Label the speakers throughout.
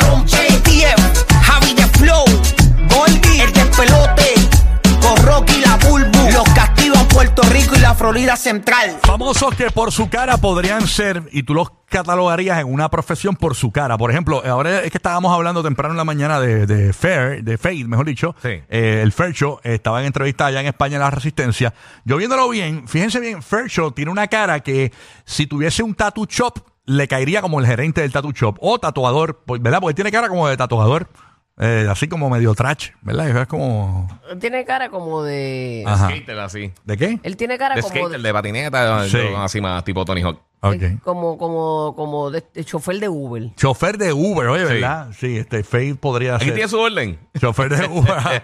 Speaker 1: rompe. TF, Javi de Flow, Goldi, el despelote. Con Rocky y la Bulbo. Los castigan Puerto Rico y la Florida Central.
Speaker 2: Famosos que por su cara podrían ser, y tú los catalogarías en una profesión por su cara. Por ejemplo, ahora es que estábamos hablando temprano en la mañana de, de Fair, de Fade, mejor dicho.
Speaker 3: Sí.
Speaker 2: Eh, el Fair Show eh, estaba en entrevista allá en España en La Resistencia. Yo viéndolo bien, fíjense bien, Fair Show tiene una cara que si tuviese un tattoo shop, le caería como el gerente del tattoo shop o tatuador, pues, ¿verdad? Porque tiene cara como de tatuador. eh, así como medio trash, ¿verdad? Es como...
Speaker 4: Él tiene cara como de.
Speaker 2: Ajá.
Speaker 3: Skater así.
Speaker 2: Ah. ¿De qué?
Speaker 4: Él tiene cara
Speaker 3: De
Speaker 4: como
Speaker 3: skater,
Speaker 4: de,
Speaker 3: de patineta,
Speaker 2: Sí.
Speaker 3: de- así más tipo Tony Hawk.
Speaker 2: Ok.
Speaker 4: como, como, como de, de chofer de Uber.
Speaker 2: Chofer de Uber, oye,
Speaker 3: Sí.
Speaker 2: ¿verdad? Sí, este Fade podría
Speaker 3: Aquí
Speaker 2: ser...
Speaker 3: tiene su orden.
Speaker 2: Chofer de Uber.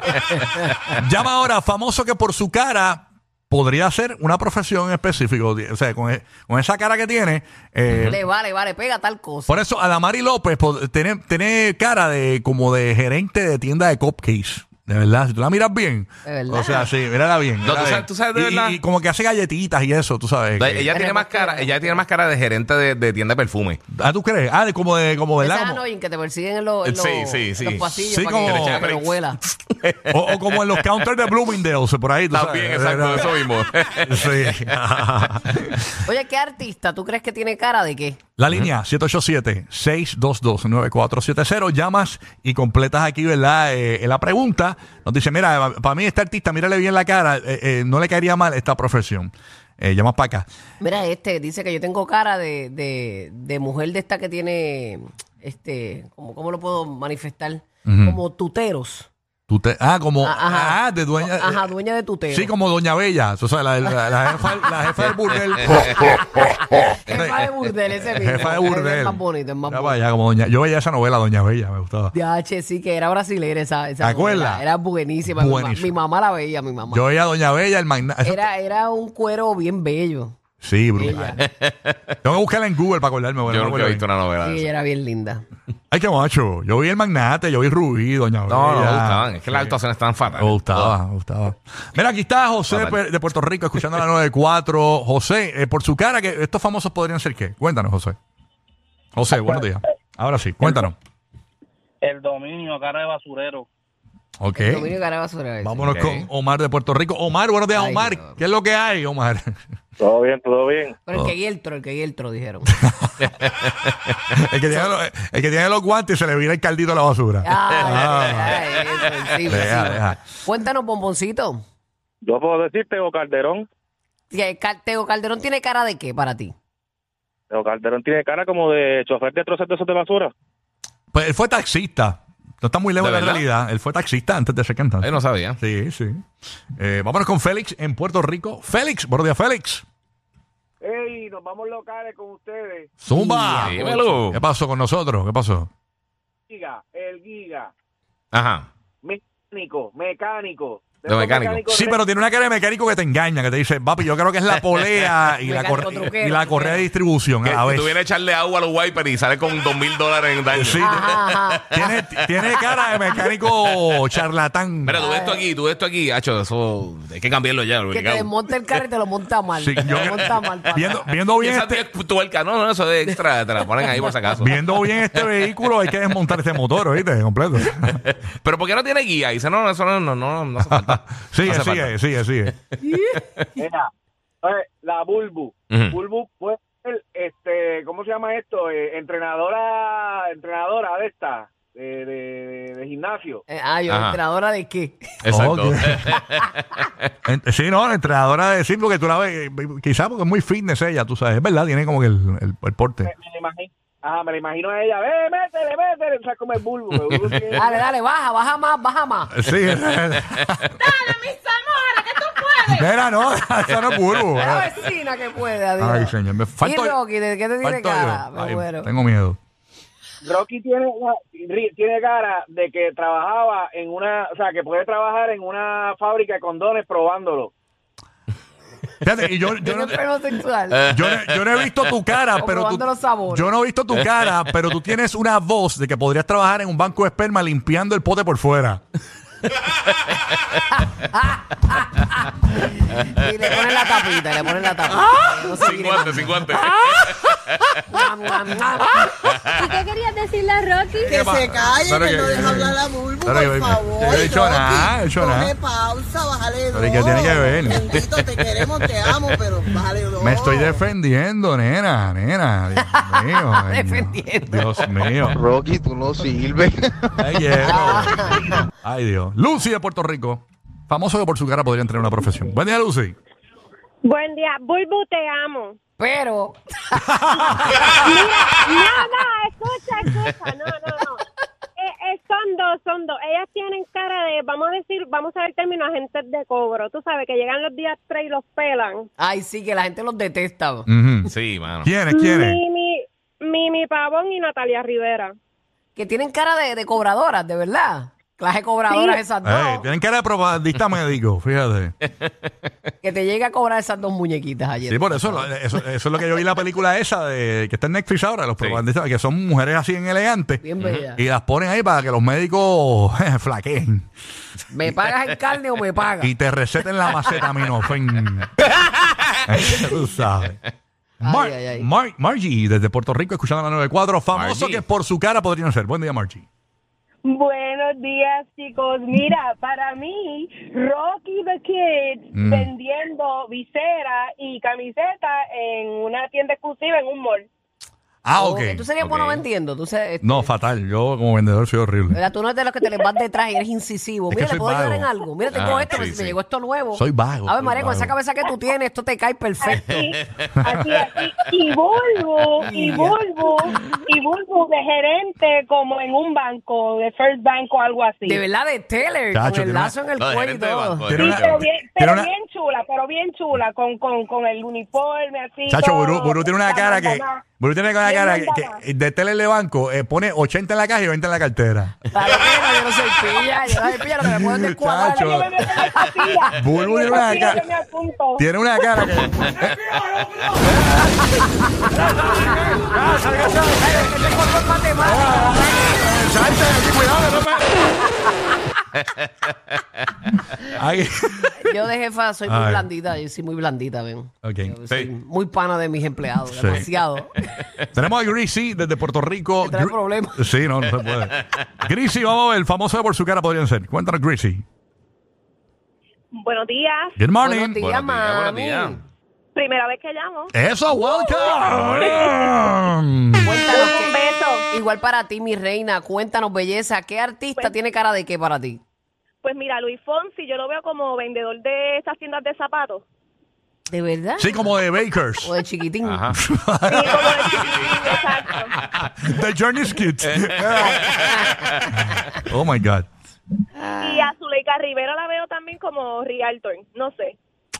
Speaker 2: Llama ahora, famoso que por su cara podría ser una profesión específica. O sea, con, e- con esa cara que tiene. eh,
Speaker 4: Le vale, vale, pega tal cosa.
Speaker 2: por eso, Adamari López po- tiene, tiene cara de como de gerente de tienda de cupcakes. De verdad, si tú la miras bien.
Speaker 4: De verdad.
Speaker 2: O sea, sí, mírala bien. mírala
Speaker 3: tú sabes-
Speaker 2: bien.
Speaker 3: tú sabes de
Speaker 2: Y- y-
Speaker 3: verdad.
Speaker 2: Y, como que hace galletitas y eso, tú sabes. que-
Speaker 3: Ella tiene más cara, ella tiene más cara de gerente de, de tienda de perfume.
Speaker 2: ah, ¿tú crees? Ah, de, como de, como
Speaker 4: Esa
Speaker 2: ¿verdad? Como-
Speaker 4: Hanoin que te persiguen en los, en los,
Speaker 3: Sí, sí,
Speaker 4: en
Speaker 3: sí.
Speaker 4: los pasillos
Speaker 2: Sí,
Speaker 4: para que-
Speaker 2: como-
Speaker 4: para que, lo huela.
Speaker 2: o, o como en los counters de Bloomingdale's, por ahí. tú
Speaker 3: También,
Speaker 2: sabes.
Speaker 3: exacto, eso mismo.
Speaker 2: Sí.
Speaker 4: Oye, ¿qué artista tú crees que tiene cara de qué?
Speaker 2: La línea 787-622-9470. Llamas y completas aquí, ¿verdad? Eh, eh, la pregunta nos dice: Mira, eh, para mí, este artista, mírale bien la cara, eh, eh, no le caería mal esta profesión. Eh, llamas para acá.
Speaker 4: Mira, este dice que yo tengo cara de, de, de mujer de esta que tiene. este ¿Cómo, cómo lo puedo manifestar? Como tuteros.
Speaker 2: Tú te- ah, como.
Speaker 4: Ah, ajá.
Speaker 2: ah, de dueña.
Speaker 4: Ajá,
Speaker 2: eh,
Speaker 4: dueña de tuteros.
Speaker 2: Sí, como Doña Bella. O sea, la, la- la jefa, la jefa del burdel.
Speaker 4: Jefa de burdel, ese mismo.
Speaker 2: jefa de burdel.
Speaker 4: Es más bonito, es más
Speaker 2: Mira
Speaker 4: bonito.
Speaker 2: para allá, como doña, yo veía esa novela, Doña Bella, me gustaba.
Speaker 4: DH, sí, que era brasilera esa. esa
Speaker 2: ¿Te acuerdas?
Speaker 4: novela. Era buenísima. Mi ma-
Speaker 2: Buenísima.
Speaker 4: Mi, mamá la veía, mi mamá.
Speaker 2: Yo veía a Doña Bella, el magna. eso-
Speaker 4: Era, era un cuero bien bello.
Speaker 2: Sí, brutal. Tengo que buscarla en Google para acordarme. bueno,
Speaker 3: Yo
Speaker 2: no me
Speaker 3: nunca
Speaker 2: acuerdo
Speaker 3: he visto una novela
Speaker 4: Sí,
Speaker 3: de
Speaker 4: ella
Speaker 3: eso.
Speaker 4: era bien linda.
Speaker 2: Ay, qué macho. Yo vi el magnate, yo vi Rubí, doña
Speaker 3: No, no, me
Speaker 2: Bella.
Speaker 3: gustaban. Es que las actuaciones estaban
Speaker 2: Me
Speaker 3: fatales.
Speaker 2: gustaba, me gustaba. Mira, aquí está José
Speaker 3: Fatal.
Speaker 2: Pe- de Puerto Rico escuchando la 94. José, eh, por su cara, que estos famosos podrían ser qué. Cuéntanos, José.
Speaker 4: Ah,
Speaker 2: José, buenos días. Ahora sí, cuéntanos.
Speaker 5: El dominio, cara de basurero.
Speaker 2: Ok.
Speaker 4: Dominio Caraba sobre eso.
Speaker 2: Vámonos
Speaker 3: Ok.
Speaker 2: con Omar de Puerto Rico. Omar, buenos días,
Speaker 4: Ay,
Speaker 2: Omar.
Speaker 4: Dios.
Speaker 2: ¿Qué es lo que hay, Omar?
Speaker 5: Todo bien, todo bien.
Speaker 4: Pero el que hiertro, el que hiertro, dijeron.
Speaker 2: el, que tiene los, el que tiene los guantes y se le vira el caldito a la basura.
Speaker 4: Ay,
Speaker 2: Ah.
Speaker 4: ay, ay, eso, encima,
Speaker 2: Deja,
Speaker 4: encima.
Speaker 2: deja.
Speaker 4: Cuéntanos, bomboncito.
Speaker 5: Yo puedo decirte, o Calderón.
Speaker 4: ¿Qué, Cal- Teo Calderón tiene cara de qué para ti?
Speaker 5: Teo Calderón tiene cara como de chofer de trozos de esos de basura.
Speaker 2: Pues él fue taxista. No está muy lejos de,
Speaker 3: ¿De
Speaker 2: la
Speaker 3: verdad?
Speaker 2: realidad. Él fue taxista antes de ser cantante.
Speaker 3: Ay, no sabía.
Speaker 2: Sí, sí. Eh, vámonos con Félix en Puerto Rico. Félix, buenos días, Félix.
Speaker 6: ¡Ey! Nos vamos locales con ustedes.
Speaker 2: Zumba.
Speaker 3: Dímelo.
Speaker 2: ¿Qué pasó con nosotros? ¿Qué pasó?
Speaker 6: Giga, el Giga,
Speaker 3: Ajá.
Speaker 6: mecánico, mecánico.
Speaker 3: De
Speaker 6: esos
Speaker 3: mecánico.
Speaker 6: mecánicos
Speaker 2: Sí,
Speaker 6: re-
Speaker 2: pero tiene una cara de mecánico que te engaña, que te dice, papi, yo creo que es la polea y, la,
Speaker 4: Mecánico,
Speaker 2: corre-
Speaker 4: truquero,
Speaker 2: y la
Speaker 4: truquero.
Speaker 2: correa de distribución a
Speaker 3: Que
Speaker 2: la vez.
Speaker 3: tú vienes a echarle agua a los wipers y sale con dos mil dólares en daño.
Speaker 2: Sí,
Speaker 4: Ajá, ajá.
Speaker 2: tiene, tiene cara de mecánico charlatán.
Speaker 3: Mira, tú ves esto aquí, tú ves esto aquí. Hacho, eso hay que cambiarlo ya.
Speaker 4: Que te
Speaker 3: obligado.
Speaker 4: desmonta el carro y te lo monta mal.
Speaker 2: Sí,
Speaker 4: te
Speaker 2: yo-
Speaker 4: lo monta mal. papá.
Speaker 2: viendo, viendo
Speaker 3: Y
Speaker 2: bien
Speaker 3: esa
Speaker 2: este,
Speaker 3: tía tuerca, no, no, eso es extra, te la ponen ahí por si acaso.
Speaker 2: viendo bien este vehículo, hay que desmontar este motor, ¿oíste? Completo.
Speaker 3: Pero ¿por qué no tiene guía? Y dice, no, no, eso no, no, no, no hace falta.
Speaker 2: sigue,
Speaker 3: No
Speaker 2: sigue,
Speaker 3: hace
Speaker 2: sigue, sigue.
Speaker 6: Mira, oye, la Bulbu.
Speaker 3: Ujú.
Speaker 6: Bulbu fue el, este, ¿cómo se llama esto? Eh, entrenadora, entrenadora de esta, de, de- de gimnasio.
Speaker 4: Eh, ah, yo,
Speaker 3: Ajá.
Speaker 4: entrenadora de qué.
Speaker 3: Exacto.
Speaker 2: Ok. En- Sí, no, la entrenadora de decir porque tú la ves, eh, quizás porque es muy fitness ella, tú sabes, es verdad, tiene como que el, el, el porte.
Speaker 6: Me la imagino, ajá, me la imagino a ella, ve, métele, métele, o sea, como el
Speaker 5: Ah,
Speaker 6: Bulbu. el Bulbu tiene-
Speaker 4: Dale, dale, baja, baja más, baja más.
Speaker 2: Sí,
Speaker 4: ¡Dame mis amores! ¡Dale!
Speaker 2: Mira, no, eso no es burbu.
Speaker 4: Es la vecina que pueda, Dios.
Speaker 2: Ay, señor, me falto
Speaker 4: ¿Y Rocky, de qué te tiene
Speaker 2: falto
Speaker 4: cara?
Speaker 2: yo.
Speaker 4: Me
Speaker 2: Ay,
Speaker 4: muero.
Speaker 2: Tengo miedo.
Speaker 6: Rocky tiene, ri- tiene cara de que trabajaba en una, o sea, que puede trabajar en una fábrica de condones probándolo.
Speaker 2: Fíjate, y yo, yo,
Speaker 4: Tiene
Speaker 2: no,
Speaker 4: freno sexual.
Speaker 2: yo no- yo no he visto tu cara,
Speaker 4: O
Speaker 2: pero tú,
Speaker 4: probando los sabores.
Speaker 2: yo no he visto tu cara, pero tú tienes una voz de que podrías trabajar en un banco de esperma limpiando el pote por fuera.
Speaker 4: Y le ponen la tapita, le ponen la tapita. No sé,
Speaker 3: Sin guantes, sin guantes.
Speaker 4: Ah. mua, mua, mua.
Speaker 7: ¿Y qué querías decirle a Rocky?
Speaker 8: Que se calle,
Speaker 2: Pero
Speaker 8: que
Speaker 2: que-
Speaker 8: no deja hablar a Bulbu,
Speaker 2: Pero que-
Speaker 8: por favor.
Speaker 2: yo no he hecho
Speaker 8: Rocky,
Speaker 2: nada, he hecho
Speaker 8: coge
Speaker 2: nada.
Speaker 8: pausa, bájale dos.
Speaker 2: Pero ¿y qué tiene que ver?
Speaker 8: Bendito, te queremos, te amo, pero bájale dos.
Speaker 2: Me estoy defendiendo, nena, nena. Dios mío. ay, no.
Speaker 4: Defendiendo.
Speaker 2: Dios mío.
Speaker 9: Rocky, tú no sirves.
Speaker 2: Ay, quiero. Ay, Dios. Lucy de Puerto Rico. Famoso que por su cara podría entrar en una profesión. Buen día, Lucy.
Speaker 7: Buen día, Bulbu, te amo.
Speaker 4: Pero,
Speaker 7: No, no, escucha, escucha, no, no, no. Eh, eh, son dos, son dos. Ellas tienen cara de, vamos a decir, vamos a ver el término agentes de cobro. Tú sabes que llegan los días 3 y los pelan.
Speaker 4: ay, sí, que la gente los detesta.
Speaker 2: Ujú.
Speaker 3: Sí, mano.
Speaker 2: ¿Quiénes, quiénes?
Speaker 7: Mimi, Mimi Pavón y Natalia Rivera.
Speaker 4: Que tienen cara de, de cobradoras, de verdad. Clase cobradoras esas dos.
Speaker 2: Ey, tienen cara de propagandista médico, fíjate.
Speaker 4: Que te llega a cobrar esas dos muñequitas ayer.
Speaker 2: Sí, pues. por eso, lo- eh, eso, eso es lo que yo vi en la película esa de que está en Netflix ahora, los propagandistas, que son mujeres así en elegantes
Speaker 4: Bien bella.
Speaker 2: y las ponen ahí para que los médicos flaqueen
Speaker 4: ¿Me pagas en carne o me pagas?
Speaker 2: y te receten la macetaminofén. Tú sabes. Mar-
Speaker 4: Ay, ay, ay.
Speaker 2: Mar- Margie, desde Puerto Rico, escuchando la 94, famoso
Speaker 3: Margie.
Speaker 2: que por su cara podrían ser. Buen día, Margie.
Speaker 7: Buenos días, chicos. Mira, para mí, Rocky the Kid
Speaker 2: Mm.
Speaker 7: vendiendo visera y camiseta en una tienda exclusiva en un mall.
Speaker 2: Ah,
Speaker 4: O
Speaker 2: ok.
Speaker 4: que Tú serías
Speaker 3: ok.
Speaker 4: Oh, bueno vendiendo. Tú se-
Speaker 2: No, fatal. Yo como vendedor soy horrible.
Speaker 4: ¿verdad? Tú no eres de los que te les vas detrás y eres incisivo.
Speaker 2: Es que
Speaker 4: Mira, te
Speaker 2: soy
Speaker 4: puedo ayudar
Speaker 2: vago.
Speaker 4: en algo. Mira, tengo
Speaker 3: Ah,
Speaker 4: esto, pero
Speaker 3: sí,
Speaker 4: si me
Speaker 3: sí.
Speaker 4: llegó esto nuevo.
Speaker 2: Soy vago,
Speaker 4: A ver,
Speaker 2: soy
Speaker 4: María, con esa
Speaker 2: vago.
Speaker 4: cabeza que tú tienes, esto te cae perfecto.
Speaker 7: Sí, así es. Y, y Bulbu, y Bulbu, y Bulbu de gerente como en un banco, de First Bank o algo así.
Speaker 4: De verdad, de Teller,
Speaker 2: Chacho,
Speaker 4: con
Speaker 2: tiene
Speaker 4: el lazo en el
Speaker 3: No, de
Speaker 4: cuello y
Speaker 3: gerente de banco, de
Speaker 4: todo.
Speaker 2: Tiene
Speaker 7: Sí,
Speaker 2: una-
Speaker 3: gerente de banco.
Speaker 7: pero bien,
Speaker 2: tiene
Speaker 7: pero
Speaker 2: una-
Speaker 7: bien chula, pero bien chula, con, con, con el uniforme así.
Speaker 2: Chacho,
Speaker 7: todo.
Speaker 2: Burú, Burú tiene una
Speaker 7: La
Speaker 2: cara que.
Speaker 7: mandamá.
Speaker 2: Burú tiene una
Speaker 7: Bien
Speaker 2: cara que,
Speaker 7: mandamá.
Speaker 2: que de tele de banco eh, pone 80 en la caja y 20 en la cartera.
Speaker 4: Claro que no, yo no soy pilla, yo no soy pilla, no me puedo descuadrar.
Speaker 2: Chacho.
Speaker 7: Yo me meto en esa fila.
Speaker 2: Bulbu
Speaker 7: En
Speaker 2: tiene
Speaker 7: esa
Speaker 2: una
Speaker 7: fila
Speaker 2: cara-
Speaker 7: yo me apunto.
Speaker 2: Tiene una cara que. Este Ay,
Speaker 4: Yo de jefa soy muy
Speaker 2: Ay.
Speaker 4: blandita, yo soy muy blandita, ven.
Speaker 2: Ok.
Speaker 4: Yo soy muy pana de mis empleados,
Speaker 2: Sí.
Speaker 4: demasiado.
Speaker 2: Tenemos a Greasy desde Puerto Rico.
Speaker 4: Que trae
Speaker 2: Gre-
Speaker 4: problemas.
Speaker 2: Sí, no, no se puede. Greasy, vamos a ver, el famoso por su cara podrían ser. Cuéntanos, Greasy.
Speaker 7: Buenos días.
Speaker 2: Good
Speaker 4: Buenos
Speaker 2: morning.
Speaker 4: días,
Speaker 3: Buenos días, buenos
Speaker 4: mami.
Speaker 3: días.
Speaker 7: Primera vez que llamo.
Speaker 2: Eso, welcome.
Speaker 4: Cuéntanos qué-
Speaker 7: Un beso.
Speaker 4: Igual para ti, mi reina, cuéntanos, belleza, ¿qué artista
Speaker 7: Pues-
Speaker 4: tiene cara de qué para ti?
Speaker 7: Pues mira, Luis Fonsi, yo lo veo como vendedor de estas tiendas de zapatos.
Speaker 4: ¿De verdad?
Speaker 2: Sí, Ah, como de Bakers.
Speaker 4: O de chiquitín.
Speaker 3: Ajá.
Speaker 7: Sí, como de chiquitín, exacto.
Speaker 2: The Journey's Kids. oh my God.
Speaker 7: Y
Speaker 4: Ah.
Speaker 7: a Zuleika Rivera la veo también como realtor, no sé.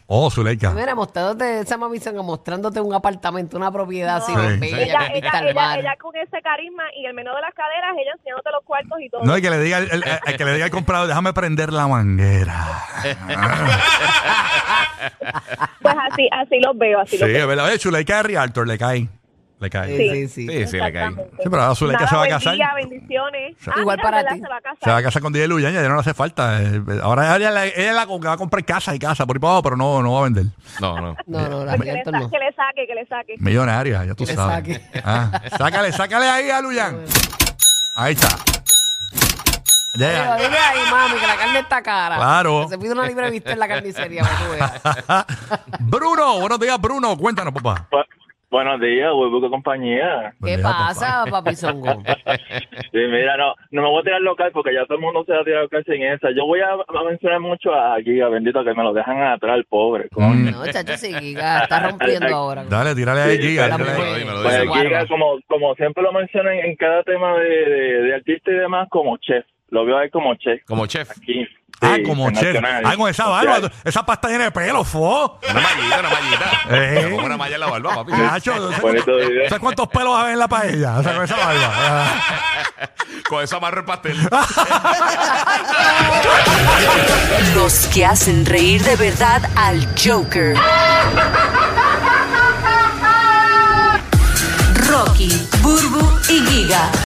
Speaker 2: Oh, Zuleika.
Speaker 4: Mira, mostrándote esa mamizanga, mostrándote un apartamento, una propiedad así,
Speaker 2: No,
Speaker 4: de
Speaker 2: sí.
Speaker 4: bella,
Speaker 7: Ella,
Speaker 4: con
Speaker 7: ella,
Speaker 4: vista al
Speaker 7: ella-
Speaker 4: mar.
Speaker 7: ella con ese carisma y el menú de las caderas, ella enseñándote los cuartos y todo.
Speaker 2: No, y que le diga al- al- al- que le diga al comprador, déjame prender la manguera.
Speaker 7: Pues así, así los veo, así
Speaker 2: Sí,
Speaker 7: los veo.
Speaker 2: es verdad. Oye, Zuleika es Realtor, le cae. Le cae. Sí,
Speaker 4: Sí, sí, sí.
Speaker 3: Sí, sí, le caí.
Speaker 2: pero ahora Zuleika
Speaker 7: Nada,
Speaker 2: se va a
Speaker 7: buen
Speaker 2: casar.
Speaker 7: día, bendiciones.
Speaker 2: Sí.
Speaker 7: Ah,
Speaker 4: Igual
Speaker 7: mira,
Speaker 4: para
Speaker 7: ¿verdad?
Speaker 4: ti.
Speaker 7: Se va a casar.
Speaker 2: Se va a casar con DJ Luyan, ya no le hace falta. Eh, Ahora ella, es la- ella es la que va a comprar casa y casa por ahí para abajo, pero no, no va a vender.
Speaker 3: No, no.
Speaker 4: No, no, la
Speaker 7: Pues que, le
Speaker 4: Realtor
Speaker 7: sa-
Speaker 4: no.
Speaker 7: que le saque, que le saque.
Speaker 2: Millonaria, ya tú
Speaker 4: Que le
Speaker 2: sabes.
Speaker 4: saque.
Speaker 2: Ah, sácale, sácale ahí a Luyan. Ahí está.
Speaker 4: Pero
Speaker 2: Ya.
Speaker 4: dile ahí, mami, que la carne está cara.
Speaker 2: Claro. Pues
Speaker 4: Que Se pide una libre vista en la carnicería, para que tú veas.
Speaker 2: Bruno, buenos días, Bruno. Cuéntanos, papá.
Speaker 5: Bu- Buenos días, vuelvo con compañía.
Speaker 4: ¿Qué pasa, papi Songo?
Speaker 5: Sí, mira, no, no me voy a tirar local porque ya todo el mundo se va a tirar local sin esa. Yo voy a, a mencionar mucho a Giga, bendito, que me lo dejan atrás, el pobre.
Speaker 2: Mm,
Speaker 5: coño.
Speaker 4: No, chacho, sí, Giga, está rompiendo ahora.
Speaker 2: Dale, tírale ahí, Giga.
Speaker 4: La
Speaker 3: Dímelo,
Speaker 2: tírale ahí.
Speaker 4: mujer.
Speaker 3: dímelo,
Speaker 5: Pues
Speaker 3: dímelo.
Speaker 4: Guarda.
Speaker 5: Giga, como, como siempre lo mencionan en cada tema de, de, de artista y demás, como chef. Lo veo ahí como chef.
Speaker 3: Como chef.
Speaker 5: Aquí.
Speaker 2: ah,
Speaker 6: Sí,
Speaker 2: como chef.
Speaker 6: internacional.
Speaker 2: Ah, con esa
Speaker 6: Social.
Speaker 2: barba. Esa pasta llena de pelo, fo.
Speaker 3: Una mallita, una mallita.
Speaker 2: Eh.
Speaker 3: Pongo Una malla en la barba, papi.
Speaker 2: Nacho, ¿sabes
Speaker 6: Bonito
Speaker 2: cuántos-
Speaker 6: video.
Speaker 2: ¿sabes cuántos pelos hay en la paella? O sea, con esa barba. Ah.
Speaker 3: Con eso amarro el pastel.
Speaker 4: Los que hacen reír de verdad al Joker. Rocky, Burbu y Giga.